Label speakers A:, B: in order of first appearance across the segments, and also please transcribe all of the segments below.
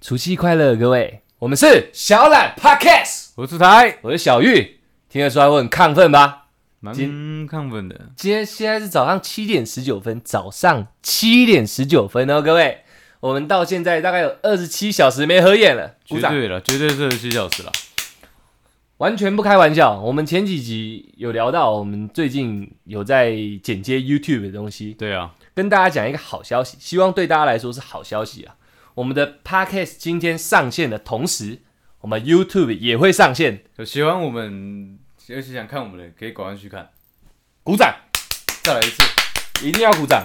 A: 除夕快乐，各位！我们是小懒 Podcast，
B: 我出台，
A: 我是小玉，听得出来我很亢奋吧？
B: 蛮
A: 今
B: 亢奋的。
A: 今天现在是早上七点十九分，早上七点十九分哦，各位，我们到现在大概有二十七小时没合眼了，鼓
B: 绝
A: 掌！
B: 对了，绝对是二十七小时了。
A: 完全不开玩笑，我们前几集有聊到，我们最近有在剪接 YouTube 的东西，
B: 对啊，
A: 跟大家讲一个好消息，希望对大家来说是好消息啊！我们的 Podcast 今天上线的同时，我们 YouTube 也会上线，
B: 有喜欢我们，而且想看我们的，可以赶快去看。
A: 鼓掌！
B: 再来一次。
A: 一定要鼓掌。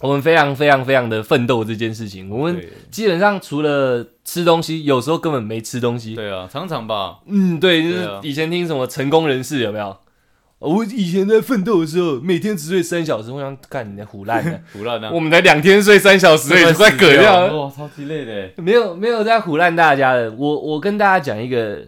A: 我们非常非常非常的奋斗这件事情，我们
B: 对
A: 基本上除了吃东西，有时候根本没吃东西。
B: 对啊，常常吧。
A: 嗯，对，就
B: 对
A: 是
B: 啊，
A: 以前听什么成功人士有没有？哦我以前在奋斗的时候，每天只睡三小时，我想看你在胡乱的
B: 胡乱啊。啊
A: 我们才两天睡三小时而已，
B: 快
A: 就快
B: 死
A: 嗝掉了。
B: 哇，超级累的。
A: 没有没有在唬烂大家的，我我跟大家讲一个，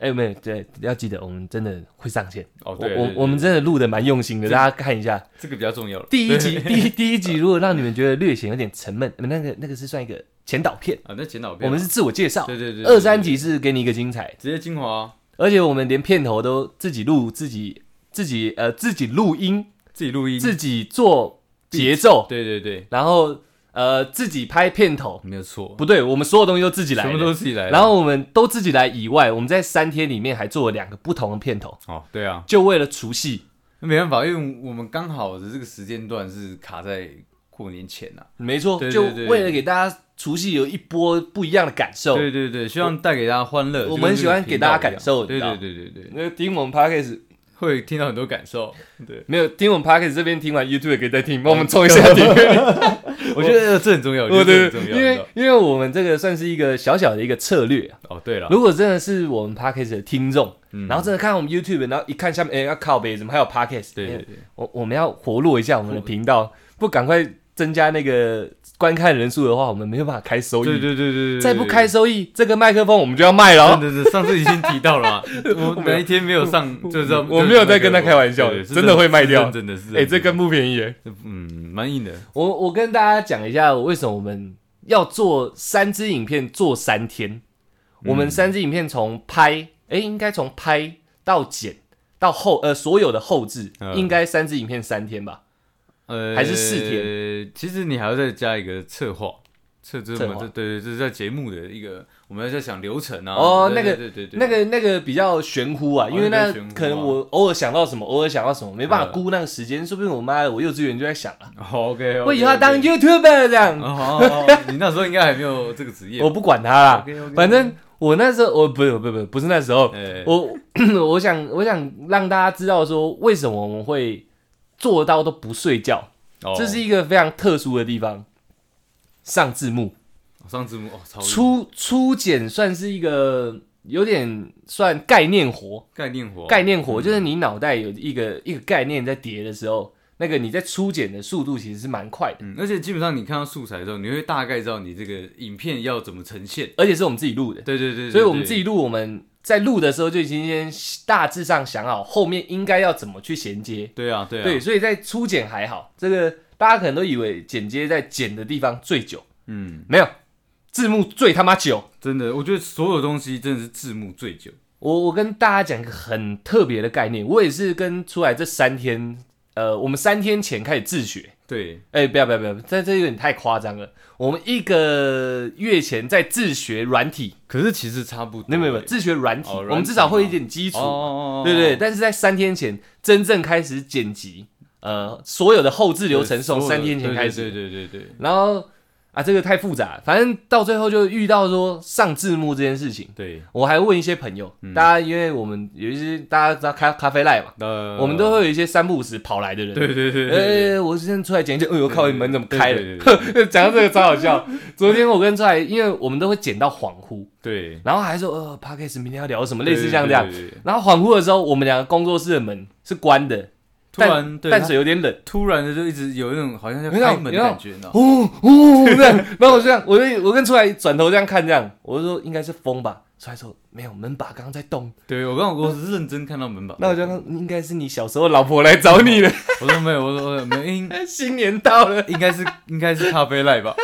A: 哎、没有对，要记得我们真的会上线，
B: 哦，
A: 我
B: 对，
A: 我
B: 对
A: 我们
B: 对
A: 真的录的蛮用心的，
B: 这
A: 大家看一下
B: 这个比较重要了。
A: 第一集，
B: 对
A: 第一第一 集如果让你们觉得略显有点沉闷，呃那个那个是算一个前导片，
B: 啊，那剪导
A: 我
B: 片啊
A: 们是自我介绍，
B: 对对对，对
A: 二三集
B: 对
A: 是给你一个精彩，
B: 直接精华啊，
A: 而且我们连片头都自己录自己自己呃自己录音，
B: 自己录音。
A: 自己做节奏，
B: 对对对，
A: 然后呃自己拍片头，
B: 没有错，
A: 不对，我们所有东西都自己来的，
B: 全部都是自己来的。
A: 然后我们都自己来以外，我们在三天里面还做了两个不同的片头，
B: 哦，对啊，
A: 就为了除夕。
B: 没办法，因为我们刚好的这个时间段是卡在过年前呐、啊。
A: 没错，
B: 对对
A: 就
B: 对
A: 为了给大家除夕有一波不一样的感受。
B: 对对对，希望带给大家欢乐。
A: 我
B: 就跟
A: 们喜欢
B: 这个
A: 给大家
B: 频道一样
A: 感受你
B: 对
A: 知道
B: 对对对对，
A: 那听我们 podcast
B: 会听到很多感受。对，
A: 没有听我们 podcast 这边听完 YouTube 也可以再听，帮我们冲一下订阅。
B: 我觉得这很重要，嗯 我觉
A: 对
B: 得这很
A: 对对，因
B: 重要。你知
A: 为
B: 道
A: 因为我们这个算是一个小小的一个策略啊。
B: 哦，对了，
A: 如果真的是我们 podcast 的听众，
B: 嗯
A: 然后真的看我们 YouTube，然后一看下面，哎、要靠北，怎么还有 podcast？
B: 对对
A: 哎
B: 对，
A: 我我们要活络一下我们的频道，不赶快增加那个观看人数的话，我们没有办法开收益。
B: 对对对对对，
A: 再不开
B: 始。
A: 收益，这个麦克风我们就要卖了
B: 真
A: 哦。
B: 的是上次已经提到了嘛，我哪一天没有上，就知道
A: 我没有在跟他开玩笑
B: 对对是
A: 真的会卖掉
B: 是真的是。
A: 哎、这根不便宜耶。
B: 嗯蛮硬的，
A: 我我跟大家讲一下，为什么我们要做三支影片做三天。我
B: 嗯
A: 们三支影片从拍，哎、应该从拍到剪到后，呃，所有的后置、
B: 嗯
A: 应该三支影片三天吧。
B: 呃，
A: 还是四
B: 天。其实你还要再加一个策划，策这
A: 策
B: 我
A: 划
B: 们这对对，这是在节目的一个，我们要在想流程啊。
A: 哦
B: 对
A: 那个
B: 对对对，
A: 那个那个比较玄乎啊，
B: 哦
A: 因为那
B: 那比较玄乎啊
A: 可能我偶尔想到什么，偶尔想到什么，没办法
B: 嗯
A: 估那个时间，说不定我妈的我幼稚园就在想了，
B: OK，
A: 我以后要当 YouTuber 这样，
B: 哦，哦你那时候应该还没有这个职业
A: 我。不管她啦，
B: OK，OK，OK
A: 反正我那时候我不是不不不是那时候，
B: 哎，
A: 我我 想我想让大家知道说为什么我们会做到都不睡觉，
B: 哦
A: 这是一个非常特殊的地方。上字幕，
B: 上字幕哦，超
A: 初初剪算是一个有点算概念活，
B: 概念活，啊
A: 概念活就是你脑袋有一个一个概念在叠的时候，那个你在初剪的速度其实是蛮快的，
B: 嗯，而且基本上你看到素材之后，你会大概知道你这个影片要怎么呈现。
A: 而且是我们自己录的，
B: 对对对，对
A: 所以我们自己
B: 对
A: 录，我们在录的时候就已经先大致上想好后面应该要怎么去衔接。
B: 对啊对啊，
A: 对，所以在初剪还好，这个大家可能都以为剪接在剪的地方最久，
B: 嗯，
A: 没有字幕最他妈久。
B: 真的，我觉得所有东西真的是字幕最久。
A: 我我跟大家讲一个很特别的概念，我也是跟出来这三天，呃，我们三天前开始自学，
B: 对，
A: 哎、不要不要不要，这这有点太夸张了。我们一个月前在自学软体，
B: 可是其实差不多，
A: 没有没有没有自学软体，
B: 哦软体
A: 我们至少会有一点基础，
B: 哦哦，哦
A: 对对。，但是在三天前真正开始剪辑，呃，所有的后置流程是从
B: 所有的
A: 三天前开始，
B: 对对对对对对
A: 然后啊，这个太复杂了，反正到最后就遇到说上字幕这件事情。
B: 对，
A: 我还问一些朋友，
B: 嗯
A: 大家因为我们有一些大家知道咖咖啡赖嘛，
B: 呃，
A: 我们都会有一些三不五时跑来的人，
B: 对对对对对，
A: 呃、我之前出来剪一剪，哎呦靠，你门怎么开
B: 对
A: 了
B: 对？
A: 讲 到这个超好笑。昨天我跟出来，因为我们都会剪到恍惚，
B: 对，
A: 然后还说呃 p a c k a g e 明天要聊什么，
B: 对
A: 类似像这样。
B: 对对对对
A: 然后恍惚的时候，我们两个工作室的门是关的，
B: 突然对
A: 淡水有点冷，
B: 突然的就一直有一种好像要
A: 有一种
B: 开门的感觉呢。
A: 哦哦这样。然后我就这样，我就我跟出来转头这样看这样，我就说应该是风吧。出来说没有门把刚刚在动，
B: 对我刚我是认真看到门把，
A: 那我就说应该是你小时候老婆来找你了，
B: 我说没有，我说我说没有应
A: 新年到了，
B: 应该是应该是咖啡赖吧？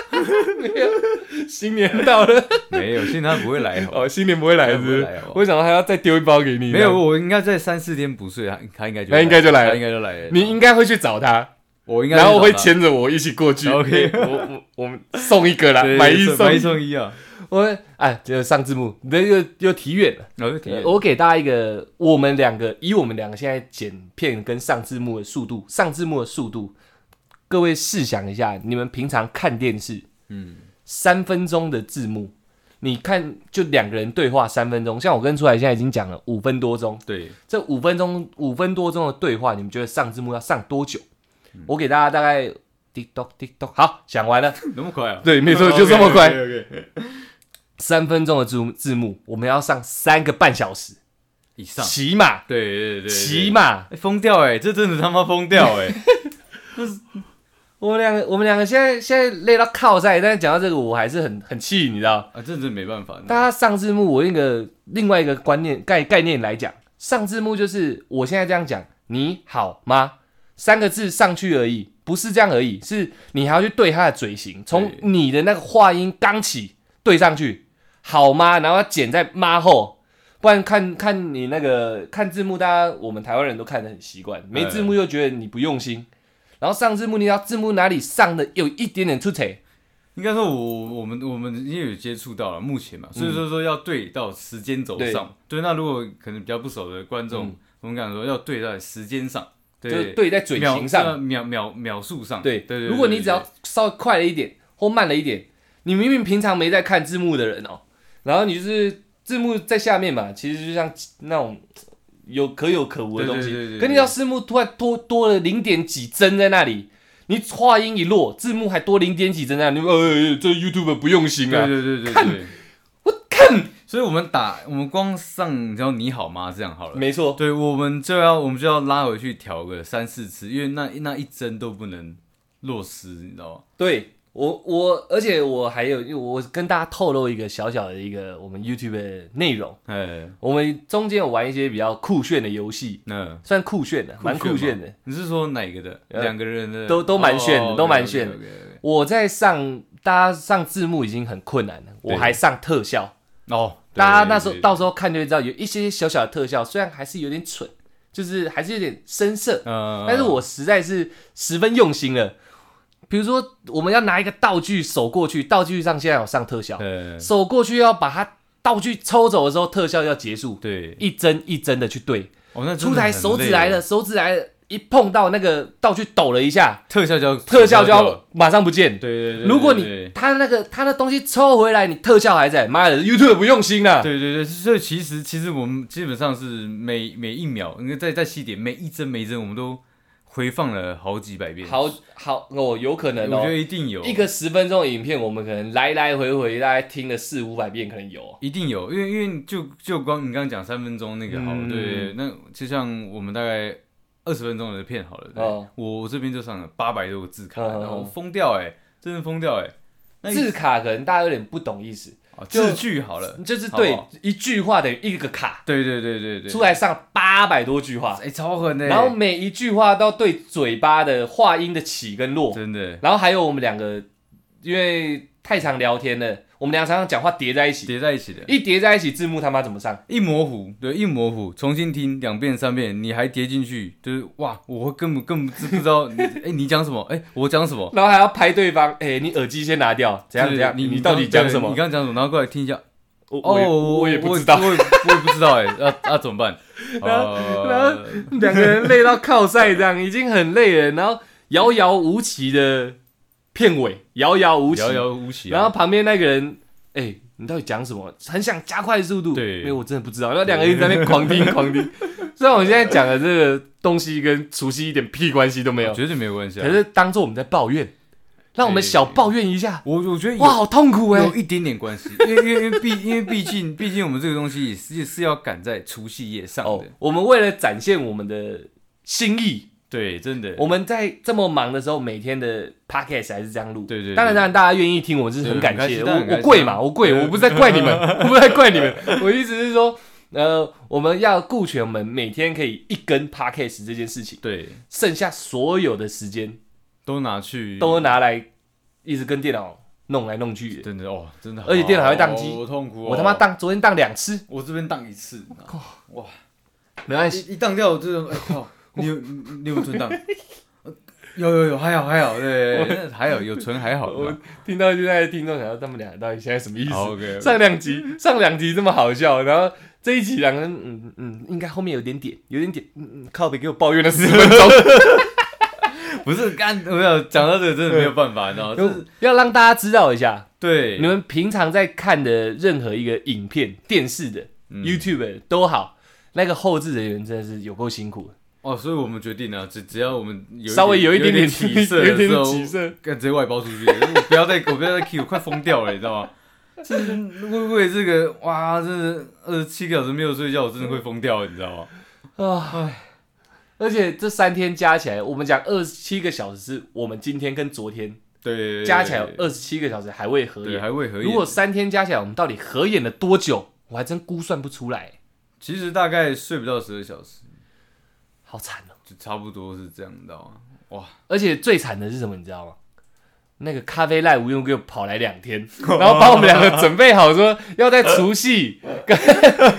A: 新年到了，
B: 没有，现在他不会来 好吧
A: 哦，新年不会来是不
B: 不会
A: 是
B: 来哦？
A: 我想到还要再丢一包给你，
B: 没有，，我应该在三四天不睡，他他应该就
A: 他应该就来了
B: 他应该就来了。
A: 你应该会去找他，
B: 我应该，
A: 然后我会，牵着我一起过去。
B: OK
A: 我我我们送一个啦，
B: 对
A: 买一
B: 买
A: 送
B: 一
A: 一。
B: 送一啊！
A: 我会哎，就上字幕，你这又又提远了。
B: 然后就体验
A: 呃我给大家一个，我们两个以我们两个现在剪片跟上字幕的速度，上字幕的速度，各位试想一下，你们平常看电视
B: 嗯，
A: 三分钟的字幕，你看就两个人对话三分钟，像我跟出来现在已经讲了五分多钟，
B: 对，
A: 这五分钟五分多钟的对话，你们觉得上字幕要上多久？
B: 嗯
A: 我给大家大概滴咚滴咚，好，讲完了。
B: 那么快啊？
A: 对，没错，就这么快。
B: OK，OK，OK，
A: 三分钟的字幕字幕，我们要上三个半小时，
B: 以上，
A: 起码
B: 对对对对，
A: 起码。
B: 哎疯掉哎，这真的他妈疯掉 哎！
A: 我们两个我们两个现在现在累到靠晒，但是讲到这个，我还是很很气，你知道？
B: 啊，这真的没办法。
A: 大家上字幕，我一个另外一个观念概概念来讲，上字幕就是我现在这样讲，你好吗？三个字上去而已，不是这样而已，是你还要去对他的嘴型，从
B: 对
A: 你的那个话音刚起对上去，好吗？然后要剪在妈后，不然看看你那个看字幕，大家我们台湾人都看得很习惯，没字幕又觉得你不用心，然后上字幕，你要字幕哪里上的有一点点出彩，
B: 应该说我，我们我们因为有接触到了目前嘛，所
A: 嗯
B: 以说说要对到时间轴上。对，那如果可能比较不熟的观众，我们敢说要对在时间上，
A: 嗯就是
B: 对，
A: 对在嘴
B: 秒
A: 型上，
B: 呃秒秒秒数上。
A: 对
B: 对对。
A: 如果
B: 对
A: 你只要稍微快了一点或慢了一点，你明明平常没在看字幕的人哦，然后你就是字幕在下面嘛，其实就像那种有可有可无的东西。
B: 对对对对对
A: 可你要字幕突然多多了零点几帧在那里，你话音一落，字幕还多零点几帧在那里，你呃，这 YouTube 不用心
B: 对
A: 啊！
B: 对对对对对。
A: 我看，
B: 所以我们打我们光上，你知道你好吗？这样好了。
A: 没错，
B: 对，我们就要我们就要拉回去调个三四次，因为那那一针都不能落实，你知道吗？
A: 对我我，而且我还有，因为我跟大家透露一个小小的一个我们 YouTube 的内容，
B: 哎，
A: 我们中间有玩一些比较酷炫的游戏。
B: 那
A: 算酷炫的，蛮酷炫的。
B: 你是说哪个的？
A: 呃
B: 两个人的
A: 都都蛮炫的
B: 哦
A: 都蛮炫的
B: OK，OK，OK，OK
A: 我在上，大家上字幕已经很困难了，
B: 对
A: 我还上特效，
B: 哦，对
A: 大家那时候
B: 对对
A: 到时候看就会知道，有一些小小的特效，虽然还是有点蠢，就是还是有点生涩，
B: 呃，
A: 但是我实在是十分用心了。比如说，我们要拿一个道具手过去，道具上现在有上特效，
B: 呃
A: 手过去要把它道具抽走的时候，特效要结束，
B: 对，
A: 一帧一帧的去对。
B: 哦那真的
A: 出台
B: 很
A: 手指
B: 累
A: 来
B: 耶
A: 了，，手指来了，一碰到那个道具抖了一下，
B: 特效就要
A: 特效就
B: 掉了
A: 要马上不见。
B: 对对对，
A: 如果
B: 对
A: 你他那个他那东西抽回来，你特效还在，妈的，YouTube 不用心啊了。
B: 对对对，所以其实其实我们基本上是每每一秒，应该再再细一点，每一帧每一帧我们都回放了好几百遍，
A: 好好哦，有可能
B: 我觉
A: 哦
B: 得，一定有
A: 一个十分钟的影片，我们可能来来回回大概听了四五百遍，可能有。
B: 一定有，因为因为就就光你刚刚讲三分钟那个好了，
A: 嗯
B: 对，那就像我们大概二十分钟的片好了，对
A: 哦
B: 我我这边就上了八百多个字卡，
A: 嗯嗯嗯
B: 然后疯掉哎、真的疯掉哎、那一
A: 字卡可能大家有点不懂意思，
B: 啊
A: 就
B: 字句好了，
A: 就是
B: 好
A: 对
B: 好
A: 一句话等于一个卡，
B: 对对对对对，
A: 出来上八百多句话
B: 哎、，超狠的、
A: 然后每一句话都对嘴巴的话音的起跟落，
B: 真的
A: 然后还有我们两个因为太常聊天了，我们俩常常讲话叠在一起，
B: 叠在一起的，
A: 一叠在一起，字幕他妈怎么上？
B: 一模糊，对，一模糊，重新听两遍三遍，你还叠进去，就是哇，我根本根本不知道你， 哎、你讲什么，哎、我讲什么。
A: 然后还要拍对方，哎、你耳机先拿掉，怎样
B: 对
A: 怎样？
B: 你
A: 你你到底讲什
B: 对你
A: 么？
B: 刚刚讲什么？然后过来听一下，
A: 我
B: 哦，
A: 我也我也不知道。
B: 我也我也不知道哎，那那怎么办？
A: 然后然后
B: 呃，
A: 两个人累到靠晒，这样已经很累了，然后遥遥无期的片尾，遥遥无期，
B: 遥遥无期啊。
A: 然后旁边那个人，哎、你到底讲什么？很想加快速度，
B: 对
A: 因为我真的不知道。然后两个人在那边狂听狂听，虽然我现在讲的这个东西跟除夕一点屁关系都没有，
B: 绝对没有关系啊。
A: 可是当做我们在抱怨，让我们小抱怨一下，
B: 我我觉得有
A: 哇，好痛苦哎、
B: 有一点点关系，因为因为因为毕因为毕竟毕竟我们这个东西也是是要赶在除夕夜上
A: 哦
B: 的，，
A: 我们为了展现我们的心意，
B: 对，真的，
A: 我们在这么忙的时候，每天的 podcast 还是这样录。
B: 对对对
A: 当然，当然，大家愿意听，我是很
B: 对
A: 感
B: 很开
A: 谢
B: 心
A: 的。
B: 当然
A: 我我
B: 很开心
A: 贵嘛，我贵，
B: 对
A: 我不是在怪你 们，我不是在怪你们。我意思是说，呃，我们要顾全我们每天可以一根 podcast 这件事情，
B: 对，
A: 剩下所有的时间
B: 都拿去，
A: 都拿来一直跟电脑弄来弄去的。
B: 真的哦，真的好，
A: 而且电脑还会宕机
B: 好痛苦哦，
A: 我他妈当昨天当两次，
B: 我这边荡一次，哇，
A: 没关系，
B: 一一荡掉我这种，哎靠，你有你你有没有 存档？呃有有有，还好还好，对，那还好有存还好。对
A: 我
B: 吧
A: 听到现在的听众想说他们俩到底现在什么意思？
B: 好，OK，
A: 上两集上两集这么好笑，然后这一集两个人嗯嗯，应该后面有点点，有点点，嗯嗯，靠北给我抱怨了十分 钟，
B: 不是干，我想讲到这个真的没有办法，你知道 吗？就是
A: 要让大家知道一下，
B: 对，
A: 你们平常在看的任何一个影片、电视的、YouTube
B: 嗯
A: 的都好，那个后置人员真的是有够辛苦的，
B: 哦，所以我们决定了，只只要我们有
A: 稍微有
B: 有
A: 一点点
B: 点起色
A: 有一
B: 的
A: 点
B: 时
A: 点
B: 候，
A: 起色，
B: 干直接外包出去，我不要再我不要再 Q，快疯掉了，你知道 吗？就是为为这个哇，真的二十七个小时没有睡觉，我真的会疯掉，你知道吗？
A: 啊，而且这三天加起来，我们讲二十七个小时，是我们今天跟昨天
B: 对对，对
A: 加起来有二十七个小时，还未合
B: 对，
A: 眼。
B: 还会合
A: 如
B: 眼。
A: 果三天加起来，我们到底合眼了多久？我还真估算不出来，
B: 其实大概睡不到十二小时，
A: 好惨哦、
B: 就差不多是这样，你知道吗？哇，
A: 而且最惨的是什么，你知道吗？那个咖啡赖无用给我跑来两天，然后把我们两个准备好说要在除夕跟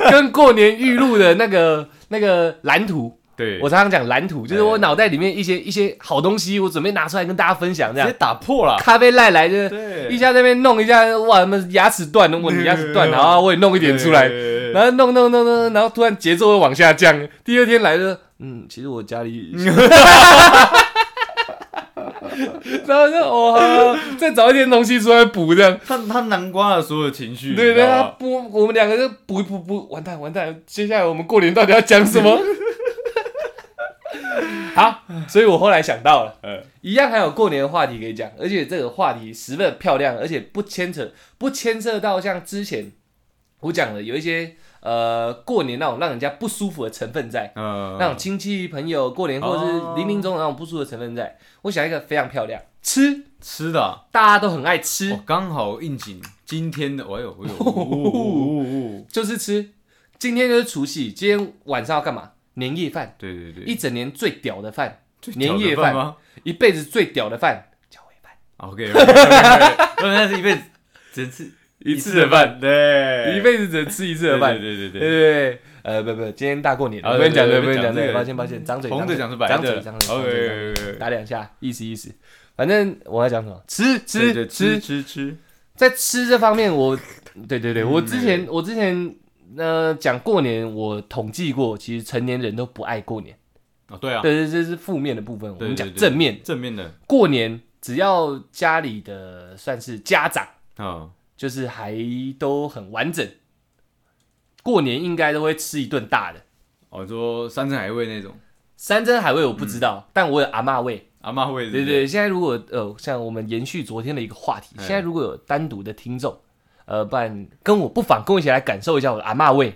A: 跟过年预录的那个那个蓝图，
B: 对，
A: 我常常讲蓝图，就是我
B: 哎
A: 脑袋里面一些一些好东西，我准备拿出来跟大家分享，这
B: 直
A: 样
B: 接打破了，
A: 咖啡赖来的，
B: 对
A: 一下在那边弄一下，哇，他们牙齿断了，我你牙齿断了，然后我也弄一点出来，
B: 对
A: 然后弄弄弄弄，然后突然节奏会往下降。第二天来了，嗯，其实我家里，然后就哦，好再找一点东西出来补这样。
B: 他他南瓜的所有情绪，
A: 对
B: 你知
A: 对，
B: 道
A: 他
B: 吗
A: 补我们两个就补一补补，完蛋完蛋，接下来我们过年到底要讲什么？好，所以我后来想到了。
B: 呃，
A: 一样还有过年的话题可以讲，而且这个话题十分的漂亮，而且不牵扯不牵涉到像之前我讲的有一些呃过年那种让人家不舒服的成分在，
B: 呃
A: 那种亲戚朋友过年或者
B: 哦
A: 是零零总总那种不舒服的成分在。我想一个非常漂亮，吃
B: 吃的啊，
A: 大家都很爱吃，
B: 我刚好应景今天的，哎呦哎呦呜呜呜呜呜，
A: 就是吃。今天就是除夕，今天晚上要干嘛？年夜饭，
B: 对对对，
A: 一整年最屌的饭，
B: 最
A: 年夜
B: 屌的饭
A: 饭
B: 吗
A: 一辈子最屌的饭，叫尾饭，
B: ？OK，不然是一辈子只吃
A: 一
B: 次的饭，对，
A: 一辈子只能吃一次的饭
B: 对。对对
A: 对
B: 对
A: 对对，呃，不不，今天大过年，
B: 啊
A: 我跟你讲这
B: 对
A: 个，
B: 对
A: 不跟你讲这
B: 对
A: 个，
B: 对
A: 抱歉抱歉，张
B: 对，
A: 嘴，
B: 红的讲是白
A: 张
B: 的
A: 嘴，张嘴，张嘴，张嘴，
B: ，OK，
A: 打两下，意思意思。反正我要讲什么，吃吃吃，
B: 吃吃吃，
A: 在吃这方面， 我，对对对，
B: 嗯
A: 我之前我之前呃讲过年，我统计过，其实成年人都不爱过年，
B: 哦对啊，
A: 对对，这是负面的部分，我
B: 对
A: 们
B: 对
A: 讲
B: 对
A: 正面，
B: 正面的，
A: 过年只要家里的算是家长。
B: 嗯，
A: 就是还都很完整。过年应该都会吃一顿大的，
B: 哦说山珍海味那种，
A: 山珍海味我不知
B: 嗯
A: 道，但我有阿嬷味。
B: 阿妈会，
A: 对
B: 不
A: 对，现在如果呃，像我们延续昨天的一个话题，
B: 嗯
A: 现在如果有单独的听众，呃，不然跟我不妨跟我一起来感受一下我的阿嬷味。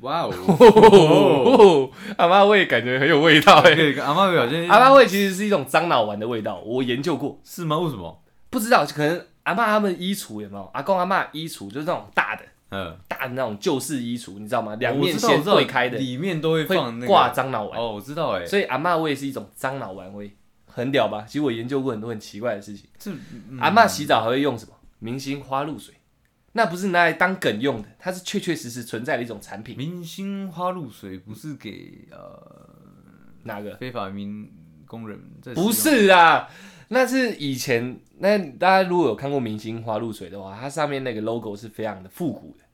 B: 哇 哦，
A: 哦，阿嬷味感觉很有味道哎、
B: 对，阿妈表现，
A: 阿嬷味其实是一种樟脑丸的味道，我研究过，
B: 是吗？为什么？
A: 不知道可能阿嬷他们衣橱有没有？阿公阿嬷衣橱就是那种大的
B: 嗯，
A: 大的那种旧式衣橱，你知道吗？两
B: 我
A: 面
B: 知道我
A: 先
B: 知道
A: 对开的，
B: 里面都会放
A: 会
B: 那个
A: 挂樟脑丸。
B: 哦，我知道哎，
A: 所以阿嬷味是一种樟脑丸味，很屌吧？其实我研究过很多很奇怪的事情。
B: 这嗯
A: 阿嬷洗澡还会用什么明星花露水？那不是拿来当梗用的，它是确确实实存在的一种产品。
B: 明星花露水不是给呃
A: 哪个？
B: 非法移民工人在使用
A: 不是啊，那是以前那大家如果有看过明星花露水的话，它上面那个 logo 是非常的复古的。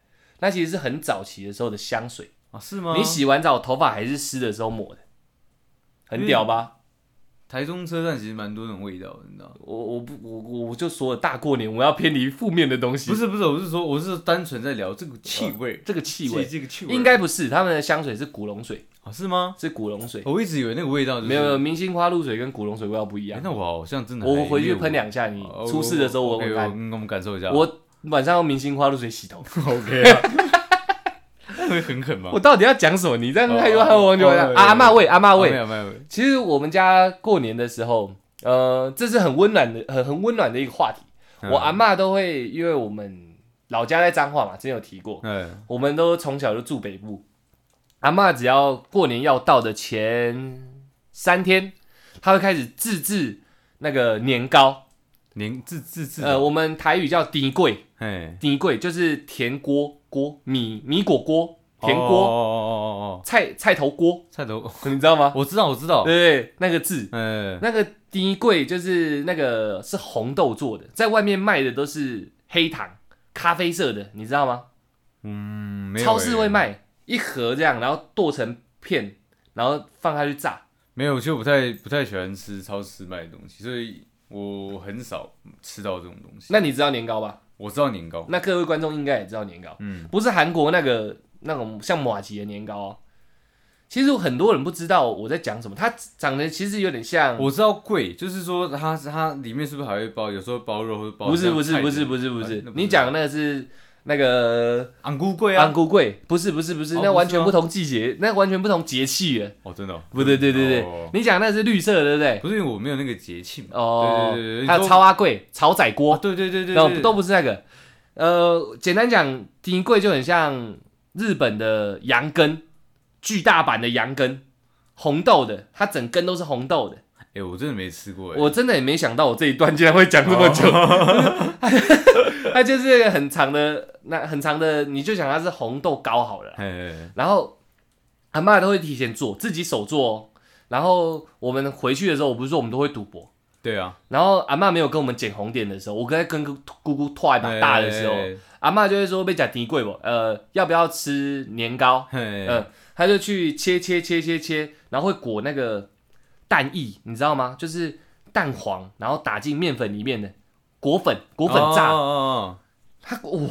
A: 那其实是很早期的时候的香水，
B: 啊？是吗？
A: 你洗完澡头发还是湿的时候抹的，很屌吧？
B: 台中车站其实蛮多那种味道的，你知道吗？
A: 我我不我我就说了，大过年我要偏离负面的东西，
B: 不是不是，我是说我是单纯在聊这个气味，
A: 这个呃气味
B: 这这个气味
A: 应该不是，他们的香水是古龙水，
B: 啊是吗？
A: 是古龙水。
B: 我一直以为那个味道哦就是
A: 没有没有，明星花露水跟古龙水味道不一
B: 哎
A: 样。
B: 那我好像真的
A: 我
B: 还
A: 回
B: 没
A: 去
B: 有
A: 喷两下，你
B: 哦
A: 出事的时候我我
B: OK，
A: 干。
B: 嗯我们感受一下哦
A: 我晚上用明星花露水洗头，
B: OK 啊，样 会很狠吗？
A: 我到底要讲什么？你在那太多
B: 哦
A: 害我忘记
B: 哦
A: 了
B: 哦
A: 啊阿妈喂，阿妈
B: 哦
A: 喂
B: 没，有没有，没有
A: 其实我们家过年的时候，呃，这是很温暖的、很很温暖的一个话题。
B: 嗯
A: 我阿嬷都会，因为我们老家在彰化嘛，之前有提过，
B: 嗯，
A: 我们都从小就住北部。阿嬷只要过年要到的前三天，她会开始自制那个年糕，
B: 年自自自
A: 呃，
B: 的，
A: 我们台语叫低贵，
B: 哎，
A: 低贵就是甜锅锅米米果锅甜
B: 哦
A: 锅、
B: 哦哦哦哦
A: 菜菜头锅
B: 哦，，菜头，
A: 你知道吗？
B: 我知道我知道，
A: 对对，那个字，
B: 嗯，
A: 那个低贵就是那个是红豆做的，在外面卖的都是黑糖，咖啡色的，你知道吗？
B: 嗯没有
A: 超市
B: 欸
A: 会卖一盒这样，然后剁成片，然后放下去炸。
B: 没有，就不太不太喜欢吃超市卖的东西，所以我很少吃到这种东西。
A: 那你知道年糕吧？
B: 我知道年糕，
A: 那各位观众应该也知道年糕，
B: 嗯，
A: 不是韩国那个那种像马吉的年糕、哦。其实很多人不知道我在讲什么，它长得其实有点像，
B: 我知道贵，就是说它它里面是不是还会包，有时候包肉或者包
A: 不是不是
B: 像菜
A: 不是不是不
B: 啊
A: 是
B: 那，不
A: 你
B: 是
A: 讲的那个是那个
B: 昂菇贵
A: 安
B: 啊，
A: 菇贵，不是不是不是，
B: 哦
A: 那
B: 不
A: 完
B: 是
A: 全
B: 吗
A: 不同季节，那完全不同节气了。
B: 哦真的哦，
A: 不对，对对对
B: 哦，
A: 你讲那是绿色的，对不对？
B: 不是因为我没有那个节气嘛，
A: 哦，
B: 对对对对，
A: 还有
B: 你说
A: 超阿贵、炒仔锅，
B: 啊对对对对
A: 那
B: 对，
A: 都不是那个。呃，简单讲，丁贵就很像日本的羊羹，巨大版的羊羹，红豆的，它整根都是红豆的。
B: 哎我真的没吃过哎，
A: 我真的也没想到我这一段竟然会讲这么久，
B: 哦
A: 它就是一个很长的，那很长的，你就想它是红豆糕好了啦。
B: 哎哎哎
A: 然后阿妈都会提前做，自己手做、哦。然后我们回去的时候，我不是说我们都会赌博。
B: 对啊，
A: 然后阿妈没有跟我们捡红点的时候，我跟跟姑姑姑拓一把大的时候，阿妈就会说被讲低贵不？呃，要不要吃年糕？
B: 嘿，
A: 嗯，她就去切切切切切，然后会裹那个蛋液，你知道吗？就是蛋黄，然后打进面粉里面的裹粉，裹粉
B: 哦
A: 炸。
B: 哦哦，
A: 她哇，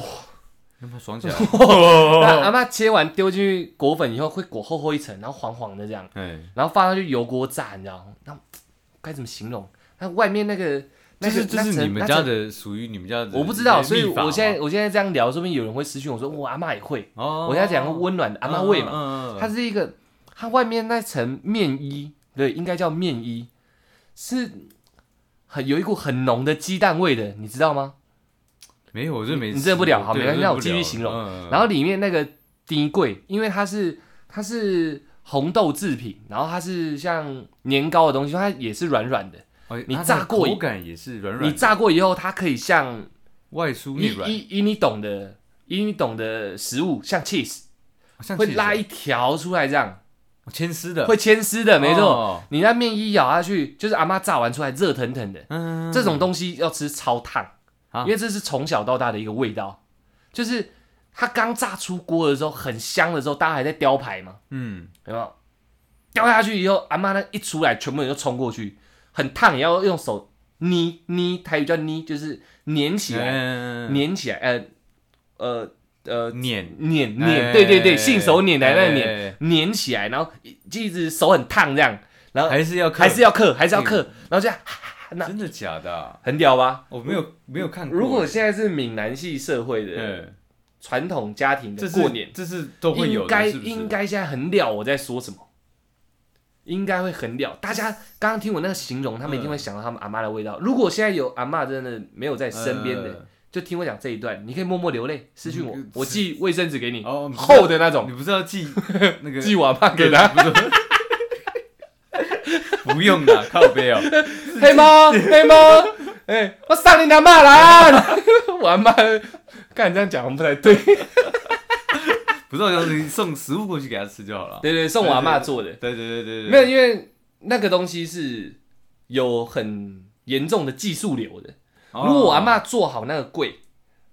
B: 那 么爽起来，哦
A: 那阿妈切完丢进去裹粉以后，会裹厚厚一层，然后黄黄的这样。
B: 哎，
A: 然后放上去油锅炸，你知道吗？那该怎么形容？它外面那个，那
B: 这
A: 个
B: 是这
A: 那
B: 是
A: 层
B: 你们
A: 那
B: 家
A: 层
B: 的属于你们家的，
A: 我不知道，所以我现在我现在这样聊，说不定有人会私讯我说我阿妈也会，
B: 哦，嗯
A: 我现在讲个温暖的阿妈味嘛，
B: 嘛
A: 它是一个它外面那层面衣，对，应该叫面衣，是很有一股很浓的鸡蛋味的，你知道吗？
B: 没有，我这没吃过，
A: 你这不了好
B: 对
A: 没关系
B: 这
A: 那我
B: 不
A: 继续
B: 了
A: 形容
B: 嗯
A: 然后里面那个低贵，因为它是它是红豆制品，然后它是像年糕的东西，它也是软软的。
B: 哦
A: 你
B: 它的
A: 炸过
B: 口
A: 瘾
B: 感也是软
A: 你
B: 软的，
A: 炸过以后，它可以像
B: 外酥内
A: 以
B: 软，
A: 以以你懂的，以你懂的食物，像 cheese
B: 好像
A: 会
B: 其实
A: 拉一条出来，这样
B: 哦牵丝的，
A: 会牵丝的，没错。
B: 哦，
A: 你那面一咬下去，就是阿妈炸完出来热腾腾的，
B: 嗯，
A: 这种东西要吃超烫，
B: 啊
A: 因为这是从小到大的一个味道，就是它刚炸出锅的时候很香的时候，大家还在雕牌嘛，
B: 嗯，
A: 有没有？掉下去以后，阿妈那一出来，全部人就冲过去，很烫，也要用手捏捏，台语叫捏，就是粘起来。
B: 嗯
A: 粘起来，呃呃哎呃，
B: 碾
A: 粘
B: 哎
A: 粘，对对对，信手拈来那个粘
B: 碾，
A: 粘起来，然后一就一直手很烫这样，然后
B: 哎还是要
A: 还
B: 看，
A: 是要刻，还是要
B: 嗯
A: 刻，然后这样那
B: 真的假的啊？
A: 很屌吧？
B: 我没有没有看 过，
A: 如果现在是闽南系社会的
B: 嗯，
A: 传统家庭
B: 这
A: 的
B: 是
A: 过年，
B: 这是都会有
A: 应
B: 的，
A: 该
B: 是不是
A: 应该现在很了我在说什么，应该会很了。大家刚刚听我那个形容，他们一定会想到他们阿妈的味道。如果现在有阿妈真的没有在身边的，
B: 呃
A: 就听我讲这一段，你可以默默流泪，私讯我
B: 嗯，
A: 我寄卫生纸给你，
B: 哦
A: 厚的那
B: 呃
A: 种，
B: 你不是 要寄那个
A: 寄我爸给他。
B: 不是 不用啦，靠背哦，
A: 黑猫，黑猫，哎，我上你阿妈啦！ 我阿妈，干这样讲不太对。
B: 不是，就是你送食物过去给他吃就好了。
A: 对对，送我阿妈做的，
B: 对对对对对，
A: 没有，因为那个东西是有很严重的技术流的。
B: 哦
A: 如果我阿，妈做好那个柜，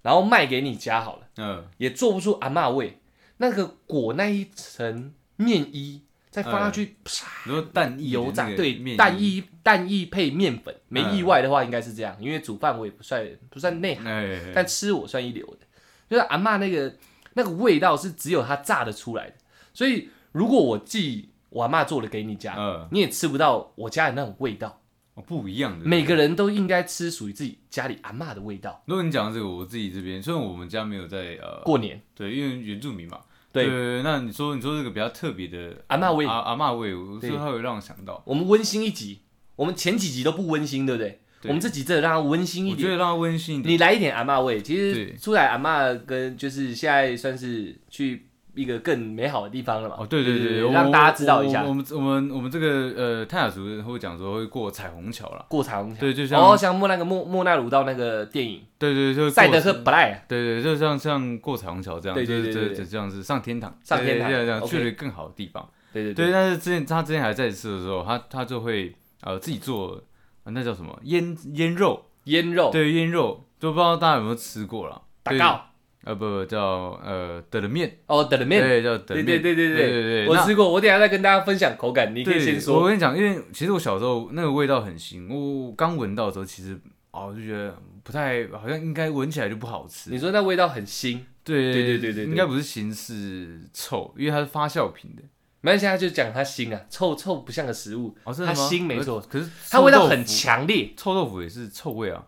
A: 然后卖给你家好了，
B: 嗯，
A: 也做不出阿妈味。那个裹那一层面衣，再放下去，啪
B: 然后蛋液
A: 油炸，对，
B: 嗯面嗯
A: 蛋，液蛋液配面粉，没意外的话应该是这样，因为煮饭我也不算不算内行，
B: 哎，
A: 但吃我算一流的，就是阿嬷那个那个味道是只有她炸的出来的，所以如果我寄我阿嬷做的给你家，
B: 嗯，
A: 你也吃不到我家的那种味道，
B: 哦不一样的。
A: 每个人都应该吃属于自己家里阿嬷的味道，
B: 如果你讲到这个，我自己这边虽然我们家没有在呃，
A: 过年
B: 对，因为原住民嘛，
A: 对
B: 对，那你说你说这个比较特别的
A: 阿嬷味
B: 阿阿嬷味，我
A: 对
B: 说它有让我想到，
A: 我们温馨一集，我们前几集都不温馨，对不对？
B: 对
A: 我们这集真的让它温馨一
B: 我觉
A: 点，
B: 得让它温馨一点。
A: 你来一点阿嬷味。其实
B: 对
A: 出来阿嬷跟就是现在算是去一个更美好的地方了嘛。
B: 哦，对对对，我
A: 让大家知道一
B: 我
A: 下
B: 我们我们我们这个呃泰雅族会讲说会过彩虹桥啦，
A: 过长虹桥，
B: 对，就像
A: 哦，像莫那个莫莫纳鲁道那个电影
B: 对对就
A: 《
B: 是
A: 赛
B: 过
A: 德克布莱》啊，
B: 对对，就像像过彩虹桥这样，
A: 对对对
B: 就是
A: 对对
B: 这这样是上天堂，
A: 上天堂
B: 对对对这样
A: OK
B: 去了更好的地方。
A: 对对
B: 对，
A: 对，
B: 但是之前他之前还在世的时候，他他就会呃自己做呃那叫什么腌腌肉，
A: 腌肉、
B: 对腌肉，就不知道大家有没有吃过啦。
A: 哦打
B: 对
A: 告
B: 呃不不叫呃的的面，
A: 哦，等了面，
B: 对叫的
A: 对
B: 的
A: 对
B: 面，
A: 对对
B: 对
A: 对
B: 对
A: 我
B: 那
A: 吃过，我等一下再跟大家分享口感，你可以
B: 对
A: 先
B: 我
A: 说。
B: 跟你讲，因为其实我小时候那个味道很腥，我刚闻到的时候，其实哦就觉得不太，好像应该闻起来就不好吃。
A: 你说那味道很腥，
B: 对
A: 对对对对
B: 应该不是形式臭，因为它是发酵品的。
A: 没关系，他就讲它腥啊，臭臭不像个食物，
B: 哦，真
A: 它
B: 的吗？
A: 腥没错，
B: 可是
A: 它味道
B: 臭豆腐
A: 很，强烈，
B: 臭豆腐也是臭味啊，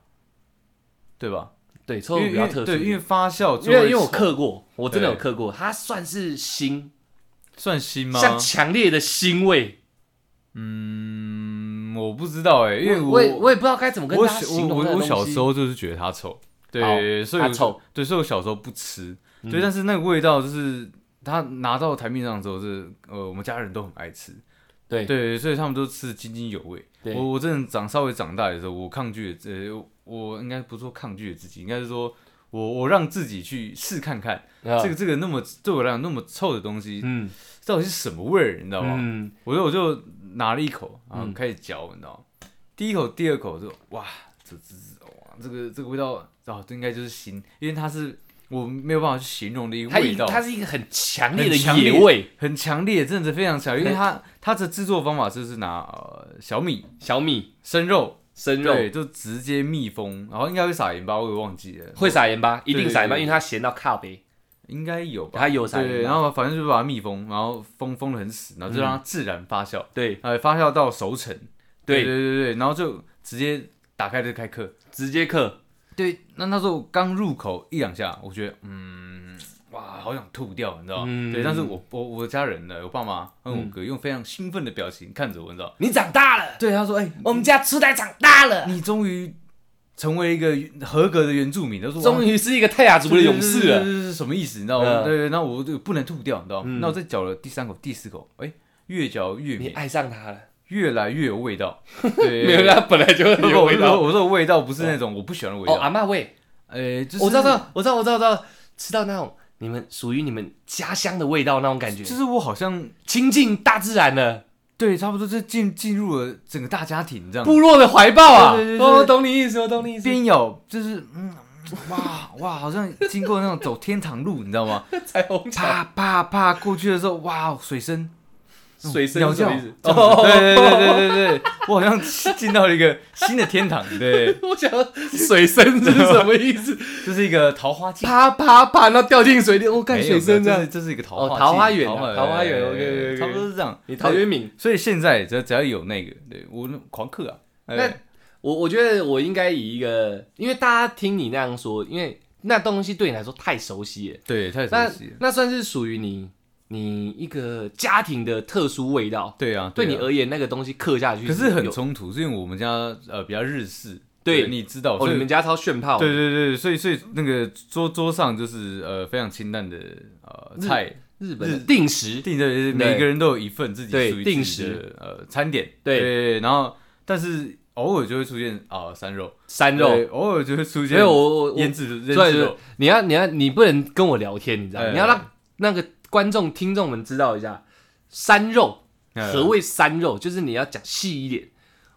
B: 对吧？
A: 对，臭豆腐
B: 因为
A: 比
B: 因
A: 较
B: 为
A: 特殊，
B: 对，因为发酵就
A: 因为
B: 会
A: 因为我
B: 臭
A: 刻过，我真的有
B: 对
A: 刻过，它算是腥，
B: 算腥吗？
A: 像强烈的腥味，
B: 嗯，我不知道哎，因为
A: 我也我也不知道该怎么跟
B: 我
A: 大家
B: 小
A: 形
B: 我
A: 容那
B: 我
A: 个
B: 我
A: 东
B: 小
A: 西
B: 时候就是觉得它臭，
A: 好
B: 对，所以
A: 它
B: 我就
A: 臭，
B: 对，所以我小时候不吃，
A: 嗯
B: 对，但是那个味道就是它拿到台面上之后是，呃，我们家人都很爱吃，
A: 对
B: 对，所以他们都吃得津津有味。
A: 对
B: 我我真的长稍微长大的时候，我抗拒了呃，我应该不是说抗拒了自己，应该是说我我让自己去试看看，
A: 啊
B: 这个这个那么对我来讲那么臭的东西，
A: 嗯
B: 到底是什么味儿，你知道吗？
A: 嗯，
B: 我就我就拿了一口，然后
A: 嗯
B: 开始嚼，你知道吗？第一口、第二口就哇，这这这哇，这个这个味道哦，这应该就是腥，因为它是我没有办法去形容的一个
A: 它
B: 味
A: 一
B: 道，
A: 它是一个很强烈的
B: 很强
A: 野
B: 烈
A: 味，
B: 很强烈，真的是非常强烈，因为它它的制作方法就是拿呃小米、
A: 小米
B: 生肉，
A: 生肉
B: 对，就直接密封，然后应该会撒盐巴，我也忘记了，
A: 会撒盐巴，一定撒盐巴，
B: 对对对
A: 因为它咸到靠背，
B: 应该有吧？
A: 它有撒
B: 对，
A: 盐
B: 然
A: 巴，
B: 后反正就把它密封，然后封封的很死，然后就让它自然发酵，
A: 对
B: 呃，发酵到熟成，对
A: 嗯对，
B: 对对对，然后就直接打开就开课。
A: 直接刻，
B: 对，那那时候刚入口一两下，我觉得嗯，哇，好想吐掉，你知道吗？
A: 嗯
B: 对，但是我我我家人呢，我爸妈跟我哥用非常兴奋的表情看着我，你知道吗？
A: 你长大了，
B: 对，他说：“哎、
A: 我们家初代长大了，
B: 你终于成为一个合格的原住民。”他说：“
A: 终
B: 于
A: 于是一个泰雅族的勇士了，
B: 是什么意思？你知道
A: 嗯
B: 吗？对，那我就不能吐掉，你知道吗
A: 嗯？
B: 那我再嚼了第三口、第四口，哎，越嚼越
A: 你
B: 绵，
A: 爱上它了，
B: 越来越有味 道。
A: 没有，
B: 对，
A: 它本来就很
B: 不不
A: 有
B: 我
A: 味
B: 是说
A: 道。
B: 我说味道不是那种我不喜欢的味
A: 哦，
B: 道，
A: 阿嬷味，
B: 哎，就是
A: 我知道，知道，我知道，我知道，知道，吃到那种你们属于你们家乡的味道那种感觉，
B: 就是我好像
A: 亲近大自然了，
B: 对，差不多就进进入了整个大家庭这样。
A: 部落的怀抱啊！
B: 对对对对
A: 哦，我懂你意思，我懂你意思。
B: 边咬就是嗯，哇哇，好像经过那种走天堂路，你知道吗？
A: 彩虹桥
B: 啪啪啪过去的时候，哇，水声，
A: 水声
B: 鸟
A: 是什
B: 叫，
A: 么意
B: 这样子
A: 思？哦
B: 对对对对对对，我好像进到了一个新的天堂，对，
A: 我想要水声是什么意思？
B: 这是一个桃花季。
A: 啪啪啪，然后掉进水里，我
B: 没
A: 干
B: 有
A: 水声这
B: 没
A: 样。
B: 有这是这是一个桃
A: 哦
B: 花季
A: 桃花源啊
B: 园
A: 桃花源
B: 对
A: OK，OK，OK
B: 差不多是这样。
A: 你陶渊明，
B: 所以现在只要只要有那个，对我那狂客啊，
A: 那我我觉得我应该以一个，因为大家听你那样说，因为那东西对你来说太熟悉了，
B: 对太
A: 那
B: 熟悉了，
A: 那算是属于你你一个家庭的特殊味道。
B: 对啊，
A: 对
B: 啊
A: 你而言，那个东西刻下去，
B: 可是很
A: 有
B: 冲突，是因为我们家呃比较日式，
A: 对
B: 你知道，
A: 哦，
B: 所以
A: 你们家超炫炮，
B: 对对对，所以所以那个桌桌上就是呃非常清淡的呃菜，
A: 日本的定时，
B: 定的每个人都有一份自己
A: 对
B: 属于
A: 定
B: 自己
A: 时
B: 的呃餐点，
A: 对
B: 然后但是偶尔就会出现啊山肉，
A: 山肉。
B: 对，偶尔就会出现
A: 没有我我我
B: 腌制
A: 对
B: 腌制
A: 对
B: 肉，，
A: 你要你要你不能跟我聊天，你知道吗？
B: 哎
A: 你要让那个观众听众们知道一下，山肉
B: 嗯
A: 何谓山肉，就是你要讲细一点，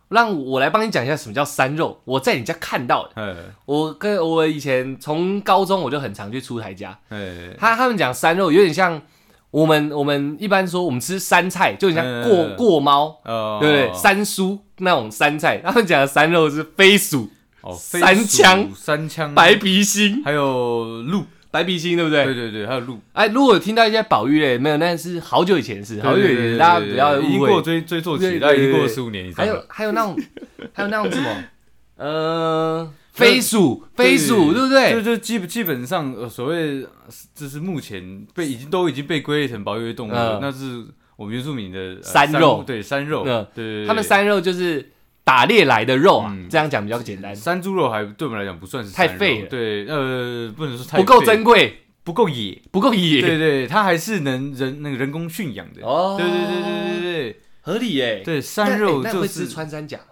A: 让我来帮你讲一下什么叫山肉。我在你家看到的，
B: 呃
A: 我跟我以前从高中我就很常去出台家，
B: 呃
A: 他他们讲山肉有点像我们我们一般说我们吃山菜，就很像过、
B: 嗯
A: 过猫，
B: 呃，
A: 对不对？山蔬那种山菜，他们讲的山肉是飞鼠、
B: 哦飞
A: 三
B: 鼠
A: 枪
B: 三枪
A: 白鼻星、
B: 还有鹿，
A: 白鼻星，对不对？
B: 对对对，还有鹿。
A: 哎，如果听到一些保育类，没有，那是好久以前的事，好久以前，大家不要
B: 已经
A: 误
B: 过
A: 会。
B: 追追溯
A: 对
B: 期，大概已经
A: 对
B: 过
A: 对
B: 十五年以上
A: 还
B: 了。
A: 有还有那种，还有那种什么，呃，飞鼠，飞鼠，对不
B: 就
A: 对？
B: 就基基本上呃所谓呃就是目前被已经都已经被归类成保育类动物
A: 嗯
B: 了，那是我们原住民的呃
A: 山肉
B: 山对山肉，
A: 嗯
B: 对对对，
A: 他们
B: 山
A: 山肉就是打猎来的肉啊，
B: 嗯
A: 这样讲比较简单，
B: 山猪肉还对我们来讲不算是
A: 太
B: 山肉
A: 废了
B: 对，呃，不能说太
A: 不够
B: 废
A: 珍，贵，
B: 不够野，
A: 不够野，
B: 对对，它还是能人那个人工驯养的，
A: 哦
B: 对对对对对对
A: 合理耶。
B: 对，山肉
A: 那
B: 就
A: 会吃
B: 是
A: 穿山甲吗？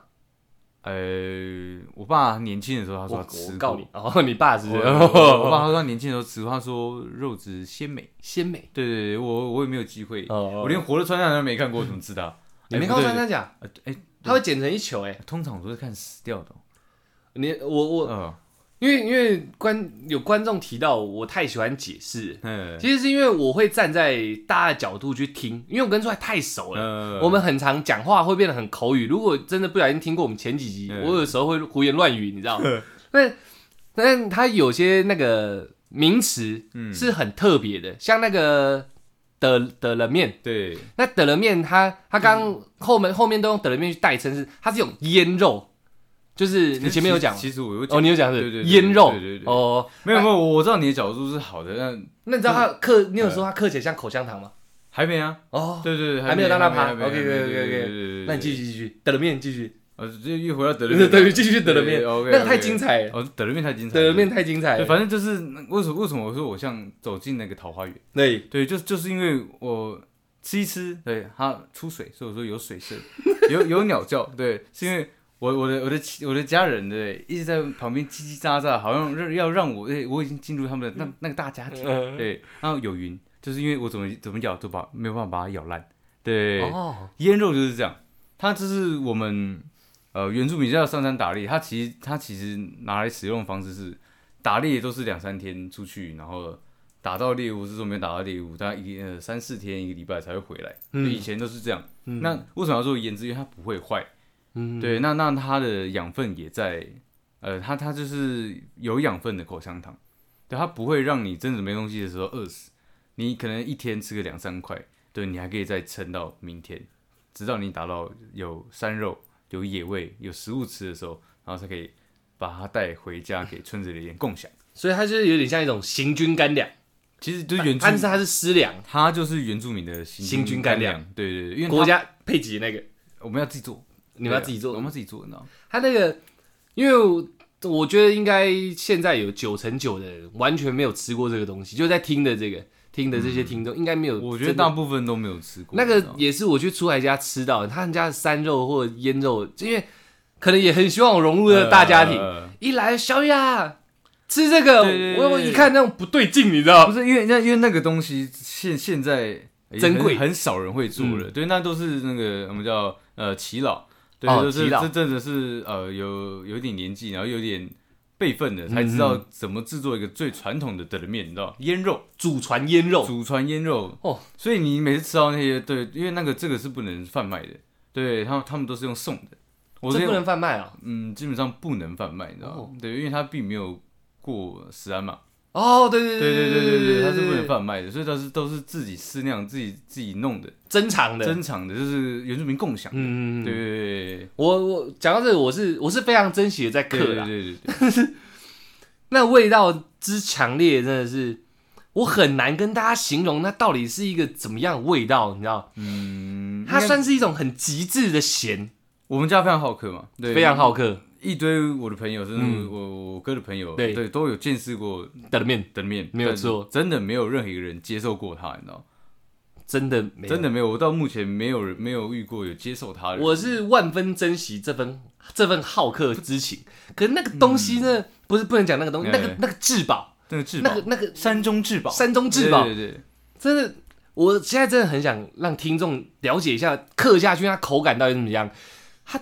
B: 呃，我爸年轻的时候他
A: 我
B: 说他吃
A: 我
B: 过哦
A: 告你，，哦， 你爸是不
B: 我
A: 是
B: 我我爸他说他年轻的时候吃过，他说肉质鲜美。
A: 鲜美
B: 对对对，我我也没有机会，
A: 哦
B: 我连活的穿山甲都没看过，我怎么知道？
A: 你没
B: 哎
A: 看过穿？
B: 不对
A: 山甲，
B: 呃哎，
A: 它会剪成一球哎。
B: 通常我都是看死掉的哦。
A: 你我我，
B: 嗯
A: 因为因为观有观众提到我太喜欢解释，
B: 嗯
A: 其实是因为我会站在大家的角度去听，因为我跟出来太熟了。
B: 嗯
A: 我们很常讲话会变得很口语，如果真的不小心听过我们前几集，
B: 嗯
A: 我有时候会胡言乱语，你知道吗？ 但但它有些那个名词
B: 嗯
A: 是很特别的，像那个的的冷面，
B: 对
A: 那德了面它，它
B: 嗯
A: 刚后面后面都用德了面去代称，是它是有腌肉，就是你前面有讲
B: 其实其实我有
A: 哦，
B: 讲，
A: 你有讲是
B: 对对对
A: 腌肉
B: 对对对对
A: 哦。
B: 没有没有，我我知道你的角度是好的，但
A: 那你知道它刻，你
B: 嗯
A: 有说它刻起来像口香糖吗？
B: 还没啊。
A: 哦，
B: 对对对，
A: 还没有让他爬
B: 还没还没
A: OK，OK，OK，OK
B: 对对对对对
A: 那你继续继续德了面，继续
B: 呃，这又回到德勒
A: 对
B: 面，
A: 对，继续德了面
B: 对，，OK，
A: 那个太精彩了，
B: 哦，德勒面太精彩
A: 德
B: 了，
A: 了面太精彩
B: 对，
A: 了，
B: 反正就是那为什么为什么我说我像走进那个桃花源？
A: 对，
B: 对，就就是因为我吃一吃，对它出水，所以我说有 水声，有有鸟叫，对，是因为我我的我的我的家人对一直在旁边叽叽喳喳，好像让要让我，对我已经进入他们的那那个大家庭，
A: 嗯
B: 对，然后有云，就是因为我怎么怎么咬都把没有办法把它咬烂，对，
A: 哦，
B: 腌肉就是这样，它就是我们呃原住民要上山打猎，它其实它其实拿来使用的方式是打猎都是两三天出去，然后打到猎物，是说没有打到猎物，大概一呃三四天一个礼拜才会回来。
A: 嗯
B: 就以前都是这样。
A: 嗯
B: 那为什么要做腌制？因为它不会坏。
A: 嗯
B: 对，那那它的养分也在，呃，它它就是有养分的口香糖，对，它不会让你真的没东西的时候饿死。你可能一天吃个两三块，对你还可以再撑到明天，直到你达到有山肉、有野味、有食物吃的时候，然后才可以把它带回家给村子里人共享。
A: 所以它就是有点像一种行军干粮，
B: 其实就是原住
A: 但是它是湿粮，
B: 它就是原住民的
A: 行
B: 行
A: 军
B: 军
A: 干
B: 干粮，对对对，因为
A: 国
B: 它
A: 家配给那个，
B: 我们要自己做，
A: 你们要
B: 对啊
A: 自己做嗯
B: 我们要自己做，你知道吗？
A: 他那个，因为我我觉得应该现在有九成九的人完全没有吃过这个东西，就在听的这个听的这些听众、应该没有真的。
B: 嗯我觉得大部分都没有吃过
A: 那
B: 你知道
A: 个
B: 吗
A: 也是我去出海家吃到的，他们家的山肉或者腌肉，因为可能也很希望我融入这个大家庭。
B: 呃
A: 一来小雅吃这个，
B: 对对对
A: 我我
B: 对
A: 一看那种不对劲，你知道
B: 不
A: 吗？
B: 是因为那因为那个东西现现在也
A: 珍
B: 很
A: 贵嗯
B: 很少人会做了。对，那都是那个我们叫呃耆老，对，
A: 哦
B: 就是
A: 耆老
B: 这真的是呃有有点年纪，然后有点辈分的，才知道
A: 嗯
B: 怎么制作一个最传统的德面，你知道腌肉，
A: 祖传腌肉，
B: 祖传腌肉
A: 哦。
B: 所以你每次吃到那些，对，因为那个这个是不能贩卖的，对他们他们都是用送的。我
A: 这
B: 是
A: 不
B: 用
A: 能贩卖啊！
B: 嗯，基本上不能贩卖，你知道吗？
A: 哦
B: 对，因为它并没有过食安嘛。
A: 哦，对对
B: 对对对
A: 对
B: 对对，它是不能
A: 对，
B: 贩卖的，所以它是都是自己私酿、自己自己弄的、
A: 珍藏的，
B: 珍藏的，就是原住民共享。
A: 嗯嗯嗯，
B: 对对对
A: 我我讲到这个，我是我是非常珍惜的在
B: 对
A: 刻
B: 对
A: 啦，
B: 对对，
A: 那味道之强烈，真的是我很难跟大家形容，那到底是一个怎么样的味道？你知道，
B: 嗯，
A: 它算是一种很极致的咸，
B: 我们家非常好客嘛，对，
A: 非常好客
B: 一堆我的朋友，甚至我我哥的朋友，
A: 对
B: 对，都有见识过
A: 的面，
B: 的面，
A: 没有
B: 但
A: 错
B: 真的没有任何一个人接受过它，你知道吗？
A: 真的没有
B: 真。的没有，我到目前没有人没有遇过有接受它的人。
A: 我是万分珍惜这份这份好客之情，可是那个东西呢，不是不能讲那个东西，那
B: 对
A: 个那个至宝，
B: 那个哎至宝
A: 那，个那个
B: 山中至宝，
A: 山中至宝，
B: 对对对，
A: 真的，我现在真的很想让听众了解一下刻下去它口感到底怎么样，它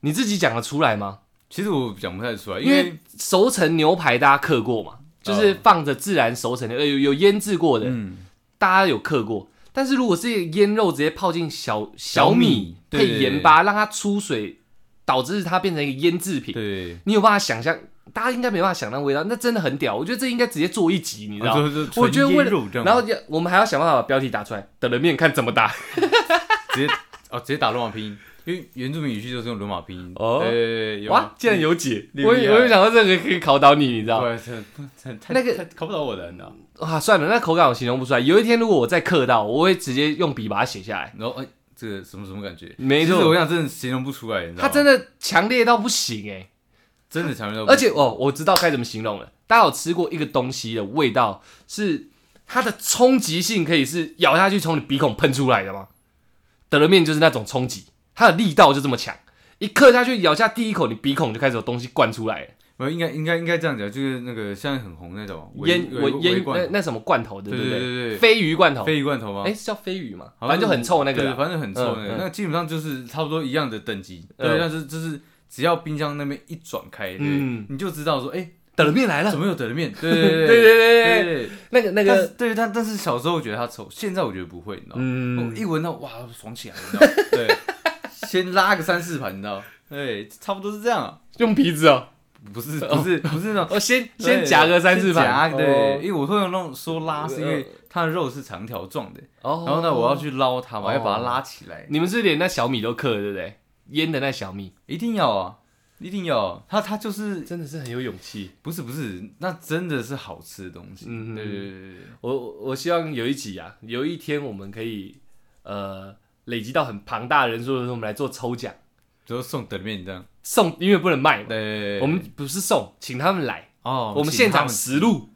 A: 你自己讲得出来吗？
B: 其实我讲不太出来，
A: 因
B: 因为哦
A: 为熟成牛排大家刻过嘛，就是放着自然熟成的，呃，有有腌制过的，
B: 嗯。
A: 大家有刻过。但是如果是腌肉直接泡进小小
B: 小
A: 米
B: 米
A: 配
B: 对对对
A: 盐巴，让它出水，导致它变成一个腌制品，
B: 对，
A: 你有办法想象？大家应该没办法想象味道，那真的很屌。我觉得这应该直接做一集，你知道吗？
B: 哦就是
A: 我觉得为
B: 为
A: 了
B: 肉这，样
A: 然后要我们还要想办法把标题打出来，等了面看怎么打。
B: 直接哦，直接打乱拼音因为原住民语序都是用罗马拼音。
A: 哦
B: 对对对，有
A: 哇，竟然有解！
B: 厉
A: 我
B: 厉
A: 以
B: 害
A: 我有想到这个可以考倒你，你知道吗？
B: 对，这不这太
A: 那个
B: 太考不到我的人了。
A: 啊，算了，那口感我形容不出来。有一天如果我再刻到，我会直接用笔把它写下来。
B: 然后哎，这个什么什么感觉？
A: 没错
B: 其实我想真的形容不出来，你知道吗
A: 它真的强烈到不行哎、
B: 真的强调不，
A: 而且哦，我知道该怎么形容了。大家有吃过一个东西的味道，是它的冲击性可以是咬下去从你鼻孔喷出来的吗？德勒面就是那种冲击，它的力道就这么强，一刻下去咬下第一口，你鼻孔就开始有东西灌出来了，
B: 没有应该应该应该这样讲，就是那个现在很红那种围
A: 烟
B: 围
A: 我烟
B: 围
A: 那
B: 罐
A: 那什么罐头，对不
B: 对对对对
A: 鲱鱼罐头，
B: 鲱鱼罐头吗？
A: 哎，是叫鲱鱼吗？
B: 好
A: 反
B: 像
A: 正就很臭那个
B: 对，
A: 啦。
B: 反正很臭那
A: 嗯
B: 个，
A: 嗯
B: 那基本上就是差不多一样的等级。
A: 嗯
B: 对，但是就是只要冰箱那边一转开，对
A: 嗯
B: 你就知道说，哎，
A: 德勒面来了
B: 怎，么有德的面？对对
A: 对对对对对，
B: 对对。
A: 那个那
B: 但是
A: 个，
B: 对，但但是小时候我觉得它臭，现在我觉得不会，你知道吗？我
A: 嗯，
B: 一闻到哇，爽起来，你知道吗？对，先拉个三四盘，你知道吗？对，差不多是这样啊。
A: 用鼻子哦，
B: 不是不是不是那种
A: 我先先夹个三四
B: 夹
A: 盘，
B: 对，因为我通常弄说拉，是因为
A: 呃
B: 它的肉是长条状的，
A: 哦，
B: 然后呢，我要去捞它嘛，
A: 哦
B: 要把它拉起来，
A: 你们是连那小米都刻了，对不对？腌的那小米
B: 一定要啊，一定要啊，它它就是
A: 真的是很有勇气。
B: 不是不是，那真的是好吃的东西，
A: 嗯
B: 对对对对对，
A: 我我我希望有一集啊，有一天我们可以呃累积到很庞大的人数的时候，我们来做抽奖
B: 比如说送等面这样，
A: 送，因为不能卖嘛
B: 对，对对，对
A: 我们不是送，请他们来，
B: 哦，
A: 我们
B: 请
A: 现
B: 他
A: 场实录，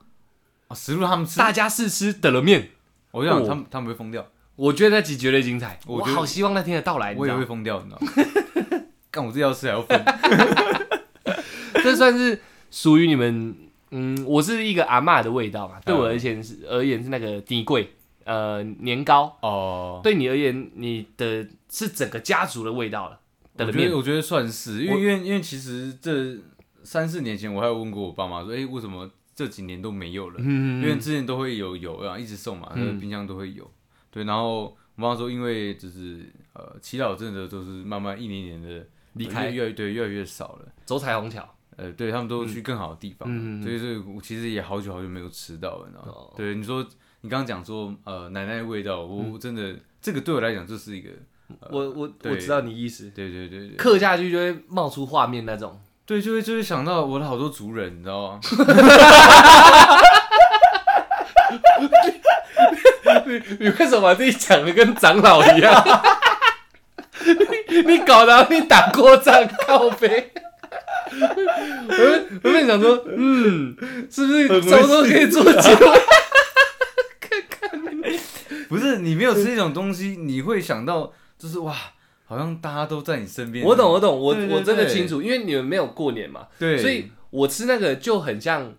B: 哦实录他们吃，
A: 大家试吃的了面。
B: 我想
A: 哦
B: 他们他们会疯掉，
A: 我觉得那集绝对精彩，
B: 我
A: 我
B: 觉得
A: 好希望那天的到来，你
B: 我
A: 知
B: 也
A: 道
B: 会
A: 吗？
B: 疯掉，你知道吗？ 干我自己要吃还 要分，
A: 这算是属于你们，嗯，我是一个阿嬷的味道嘛，对我而言是而言是那个低贵，呃，年糕，
B: 哦，
A: 对你而言，你的是整个家族的味道了的
B: 我
A: 冷
B: 觉
A: 面
B: 得我觉得算是，因
A: 我
B: 为因为因为其实这三四年前我还有问过我爸妈说，哎、为什么这几年都没有了？
A: 嗯
B: 因为之前都会有有啊，一直送嘛，
A: 嗯
B: 冰箱都会有。对，然后我妈说，因为就是呃，祈祷真的都是慢慢一年一年的
A: 离开
B: 越来越对越来越少了。
A: 走彩虹桥，
B: 呃，对他们都去更好的地方，
A: 嗯嗯嗯
B: 所以所以我其实也好久好久没有吃到了，你知道吗？
A: 哦
B: 对，你说你刚刚讲说呃奶奶的味道，我
A: 嗯
B: 我真的、这个对我来讲就是一个，
A: 我我
B: 对
A: 我知道你意思，
B: 对对对对，
A: 刻下去就会冒出画面那种。
B: 对，就会就会想到我的好多族人，你知道吗？
A: 你为什么把自己讲的跟长老一样？ 你你搞得好像你打过仗靠背。 我就我本想说，嗯，是不是差不多可以做结 尾？
B: 不是你没有吃这种东西，你会想到就是哇，好像大家都在你身边。
A: 我懂，我懂，我
B: 对对
A: 我真的
B: 对
A: 清楚，因为你们没有过年嘛，
B: 对，
A: 所以我吃那个就很像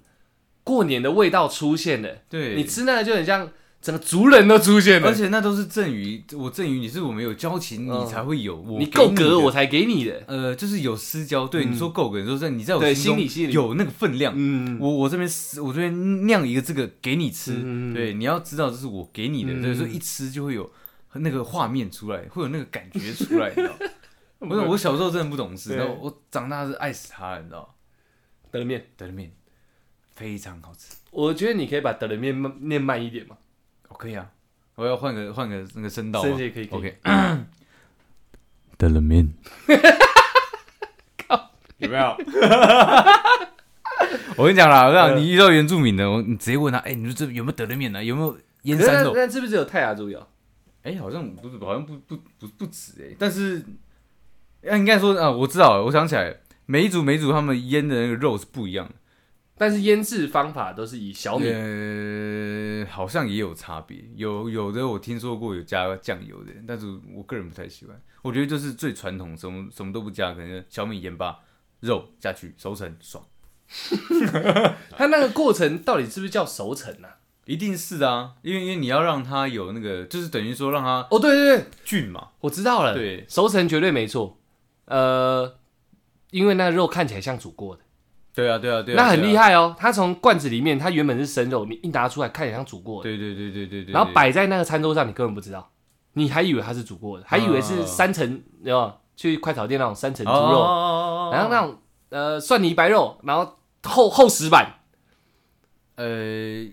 A: 过年的味道出现了。
B: 对
A: 你吃那个就很像整个族人都出现
B: 而
A: 了，
B: 且那都是赠与，我赠与你是我们有交情，
A: 嗯
B: 你才会有我
A: 你
B: 给
A: 够格我
B: 的。
A: 才给你的。
B: 呃，就是有私交，对
A: 嗯
B: 你说够格，你说在你在
A: 对
B: 我
A: 心
B: 中
A: 里心里
B: 有那个分量。
A: 嗯，
B: 我我这边撕我这边酿一个这个给你
A: 嗯嗯嗯
B: 吃，对，你要知道这是我给你的，
A: 嗯
B: 对，所以一吃就会有那个画面出来，会有那个感觉出来，你 知道吗？不是我小时候真的不懂事，
A: 对
B: 然后我长大是爱死它，你知道吗？
A: 德冷面，
B: 德面非常好吃。
A: 我觉得你可以把德冷面慢念慢一点嘛。
B: 哦，可以啊，我要换个换个那个声道吗啊
A: 声线可以可以
B: OK，德冷面，有没有？ 我跟你讲啦，我跟你
A: 呃
B: 讲，你遇到原住民的，我你直接问他，哎，你说这有没有德冷面呢？有没有腌
A: 可是
B: 三
A: 那
B: 肉？
A: 那是不是只有泰雅族有？
B: 哎，好像不是，好像不不不不止哎，但是，啊，应该说啊，我知道了，我想起来了，每一组每一组他们腌的那个肉是不一样的。
A: 但是腌制方法都是以小米，
B: 呃，好像也有差别，有有的我听说过有加酱油的，但是我个人不太喜欢。我觉得就是最传统，什么什么都不加，可能小米、盐巴、肉下去熟成爽，
A: 它那个过程到底是不是叫熟成啊？
B: 一定是的啊，因为因为你要让它有那个，就是等于说让它
A: 哦，对对对，
B: 菌嘛，
A: 我知道了，
B: 对
A: 熟成绝对没错。呃，因为那肉看起来像煮过的，
B: 对啊对啊对啊，
A: 那很厉
B: 害，
A: 害哦。它从罐子里面，它原本是生肉，你一拿出来，看起来像煮过的。
B: 对对对对对对，
A: 然后摆在那个餐桌上，你根本不知道，你还以为它是煮过的，还以为是三层，然后去快炒店那种三层
B: 对
A: 猪肉，
B: 哦
A: 然后那种呃蒜泥白肉，然后厚厚实版
B: 呃，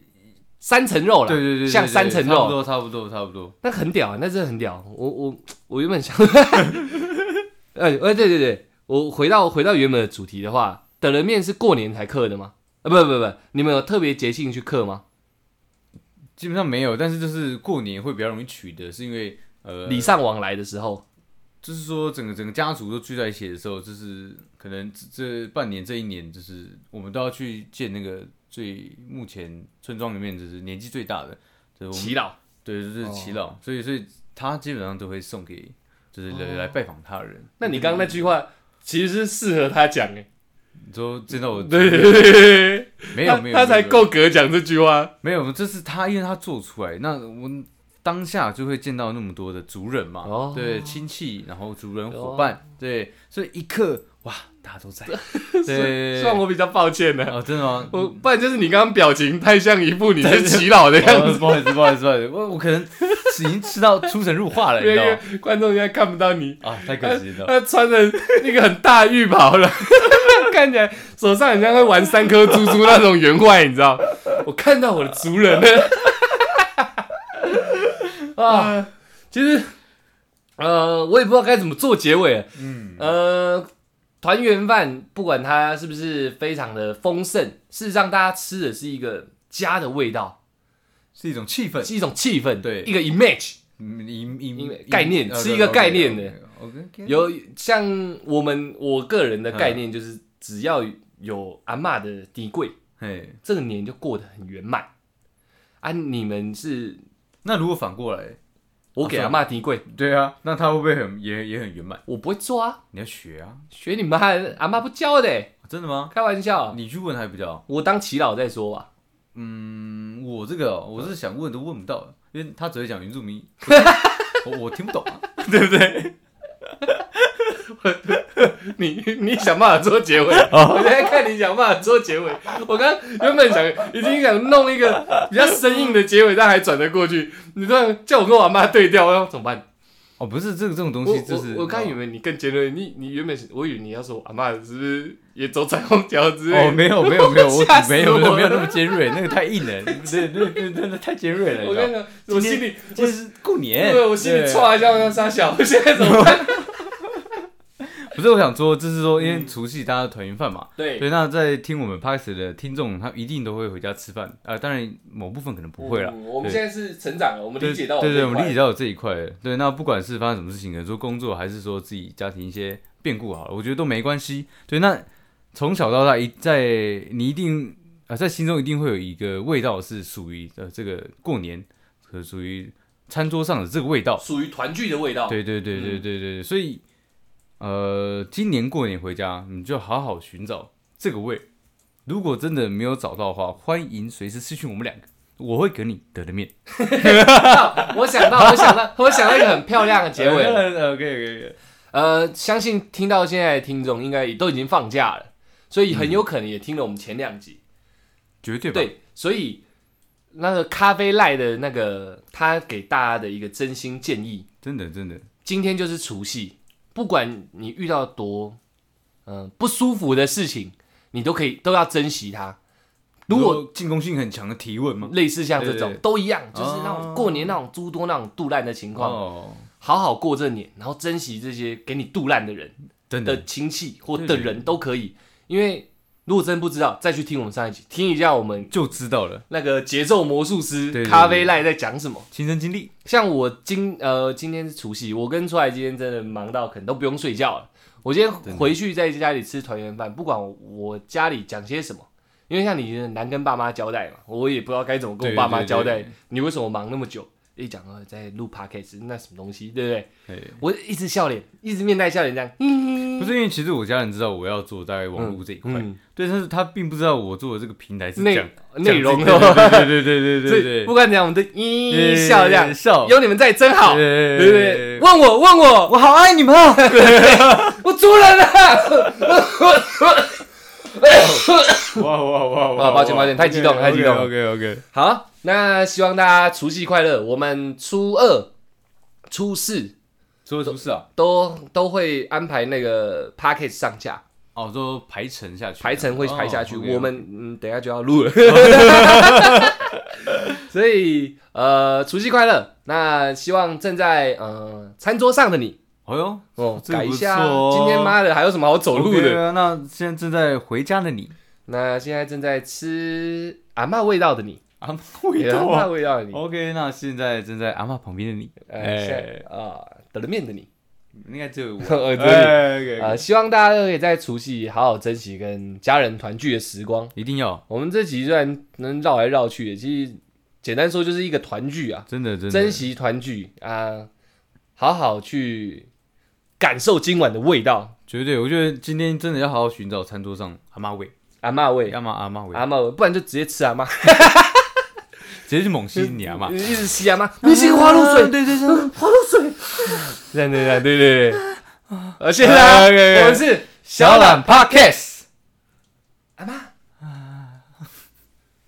A: 三层肉了，
B: 对对对对，
A: 像三层
B: 对差
A: 肉，
B: 不多差不多差不多，
A: 那很屌啊，那真的很屌。我我我原本想，呃呃，对对对，我回到回到原本的主题的话，等人面是过年才刻的吗？啊，不不不，你们有特别节庆去刻吗？
B: 基本上没有，但是就是过年会比较容易取得，是因为呃，
A: 礼尚往来的时候，
B: 就是说整个整个家族都聚在一起的时候，就是可能这这半年这一年，就是我们都要去见那个最目前村庄里面就是年纪最大的，就是我们
A: 祈哦祷
B: 对，就是祈祷，所以所以他基本上都会送给就是来、来拜访他的人。
A: 那你刚刚那句话其实是适合他讲诶、
B: 你说见到我
A: 哦对对对对对，
B: 没有
A: 他
B: 没有，
A: 他才
B: 没有
A: 够格讲这句话。
B: 没有，这是他，因为他做出来，那我们当下就会见到那么多的族人嘛，
A: 哦
B: 对亲戚，然后族人伙伴，对，所以一刻哇，大家 都在，对
A: 虽，然我比较抱歉呢、
B: 哦，真的吗？
A: 我不然就是你刚刚表情太像一副你是祈祷的样子，
B: 不好意思，不好意思，不好意思，我我可能已经吃到出神入化了，
A: 因
B: 你知道
A: 为
B: 吗？
A: 观众现在看不到你。
B: 啊，太可惜了。
A: 他穿着那个很大的浴袍了， 看起来手上很像会玩三颗珠珠那种圆块，你知道？ 我看到我的族人了， 啊，其实呃，我也不知道该怎么做结尾了。
B: 嗯，
A: 呃，团圆饭不管它是不是非常的丰盛，事实上大家吃的是一个家的味道，
B: 是一种气氛，
A: 是一种气氛，
B: 对
A: 一个 image。
B: 嗯一
A: 因为
B: 一
A: 概念是一个概念的。
B: OK，
A: 有像我们我个人的概念就是，只要有阿嬷的底柜，
B: 嘿，
A: 这个年就过得很圆满。啊，你们是
B: 那如果反过来，
A: 我给阿嬷底柜，
B: 对啊，那他会不会很也也很圆满？
A: 我不会做啊，
B: 你要学啊，
A: 学你妈，阿嬷不教的、
B: 真的吗？
A: 开玩笑，
B: 你去问还比较。
A: 我当祈祷再说啊吧。
B: 嗯，我这个哦、我是想问都问不到，因为他只会讲原住民，我我听不懂啊。
A: 你你想办法做结尾，我现在看你想办法做结尾。我刚原本想已经想弄一个比较生硬的结尾，但还转得过去。你这样叫我跟我阿妈对调，我要怎么办？
B: 哦，不是这个这种东
A: 我
B: 西，就是哦
A: 我我刚以为你更尖锐，你你原本是我以为你要说阿妈是不是也走彩虹桥之类
B: 哦，
A: 的。
B: 没有没有没有，我
A: 吓死
B: 没有
A: 我了
B: 没有那么尖锐，那个太硬了， 对对对，真的太尖锐了。
A: 我跟你讲，我心里
B: 这是过年，
A: 对我心里
B: 哎对
A: 歘一下，我要傻小，我现在怎 么办？
B: 不是我想说，就是说，因为除夕大家团圆饭嘛，
A: 嗯对，
B: 对，那在听我们 p a s 的听众，他一定都会回家吃饭啊、呃当然某部分可能不会啦。
A: 嗯我们
B: 对
A: 现在是成长了，我们
B: 对
A: 理解到
B: 对对，
A: 这
B: 我
A: 一
B: 们
A: 块
B: 理解到这一块了。对，那不管是发生什么事情，可能说工作还是说自己家庭一些变故好了，我觉得都没关系。对，那从小到大一在你一定啊、在心中一定会有一个味道是属于呃这个过年，呃属于餐桌上的这个味道。
A: 属于团聚的味道。
B: 对对对
A: 嗯
B: 对对对对，所以呃，今年过年回家，你就好好寻找这个味。如果真的没有找到的话，欢迎随时私讯我们两个，我会给你德的面。
A: 我想到，我想到，我想到一个很漂亮的结 尾了。
B: 呃，OK OK
A: 呃，相信听到现在的听众应该也都已经放假了，所以
B: 嗯
A: 很有可能也听了我们前两集。
B: 绝对吧？
A: 对，所以那个咖啡赖的那个他给大家的一个真心建议，
B: 真的真的，
A: 今天就是除夕，不管你遇到多嗯、呃不舒服的事情，你都可以都要珍惜它。如
B: 如
A: 果
B: 果进攻性很强的提问吗？
A: 类似像这种
B: 对对对
A: 都一样，就是那种
B: 哦
A: 过年那种诸多那种杜烂的情况，
B: 哦，
A: 好好过这年，然后珍惜这些给你杜烂的人。
B: 真的
A: 的亲戚或
B: 对
A: 的
B: 对
A: 人都可以，因为如果真不知道，再去听我们上一集，听一下我们
B: 就知道了，
A: 那个节奏魔术师
B: 对对对
A: 咖啡赖在讲什么。
B: 亲身经历。
A: 像我今呃今天是除夕，我跟出来今天真的忙到可能都不用睡觉了。我今天回去在家里吃团圆饭，不管我家里讲些什么，因为像你很难跟爸妈交代嘛，我也不知道该怎么跟我
B: 对
A: 爸妈
B: 对对
A: 交代
B: 对。
A: 你为什么忙那么久？一讲到在录 podcast 那什么东西，对不对？
B: 哎，
A: 我一直笑脸，一直面带笑脸这样。嗯
B: 不是因为其实我家人知道我要做大概网络这一块，
A: 嗯
B: 对，但是他并不知道我做的这个平台是
A: 内
B: 讲
A: 内容
B: 的，
A: 的，
B: 对对对对对
A: 所
B: 对
A: 以
B: 对
A: 不。管怎样，我们都一一笑这样，
B: 笑，
A: 有你们在真好，对
B: 对
A: 不对？问我问我，
B: 我好爱你们 啊！
A: 我猪人啊！
B: 哇哇哇
A: 哇抱歉抱歉太激动了太激动了
B: OK OK，
A: 好，那希望大家除夕快乐。我们初二、初四
B: 说什么事啊？
A: 都都会安排那个 p a c k a g e 上架，
B: 哦，说排程下去，
A: 排程会排下去。
B: 哦，OK，OK
A: 我们嗯，等一下就要 录了，所以呃，除夕快乐。那希望正在呃餐桌上的你，
B: 哎呦，
A: 哦，
B: 这个
A: 改一
B: 不
A: 下
B: 错哦
A: 啊，今天妈的还有什么好走路
B: OK
A: 的？
B: 啊那现在正在回家的你，
A: 那现在正在吃阿嬷味道的你，
B: 阿妈味道
A: 对阿
B: 啊
A: 嬷味道的你，
B: OK，那现在正在阿妈旁边的你，
A: 呃，现
B: 哎，
A: 在啊等着面的你。
B: 应该只有我
A: 耳朵里
B: 哎，OK，
A: 啊，希望大家都可以在除夕好好珍惜跟家人团聚的时光。
B: 一定要，
A: 我们这集虽然能绕来绕去，其实简单说就是一个团聚啊，
B: 真的真的
A: 珍惜团聚啊，好好去感受今晚的味道，
B: 绝对，我觉得今天真的要好好寻找餐桌上阿妈味，
A: 阿嬷味，
B: 要么阿妈味，
A: 阿嬷味，不然就直接吃阿嬷，
B: 直接去猛吸你阿妈。
A: 一直吸阿嬷，你是花露水，
B: 对对对，
A: 花露水，对对对对对对，而现
B: 哎
A: 在哦
B: ，OK，OK
A: 我们是
B: 小懒
A: Podcast。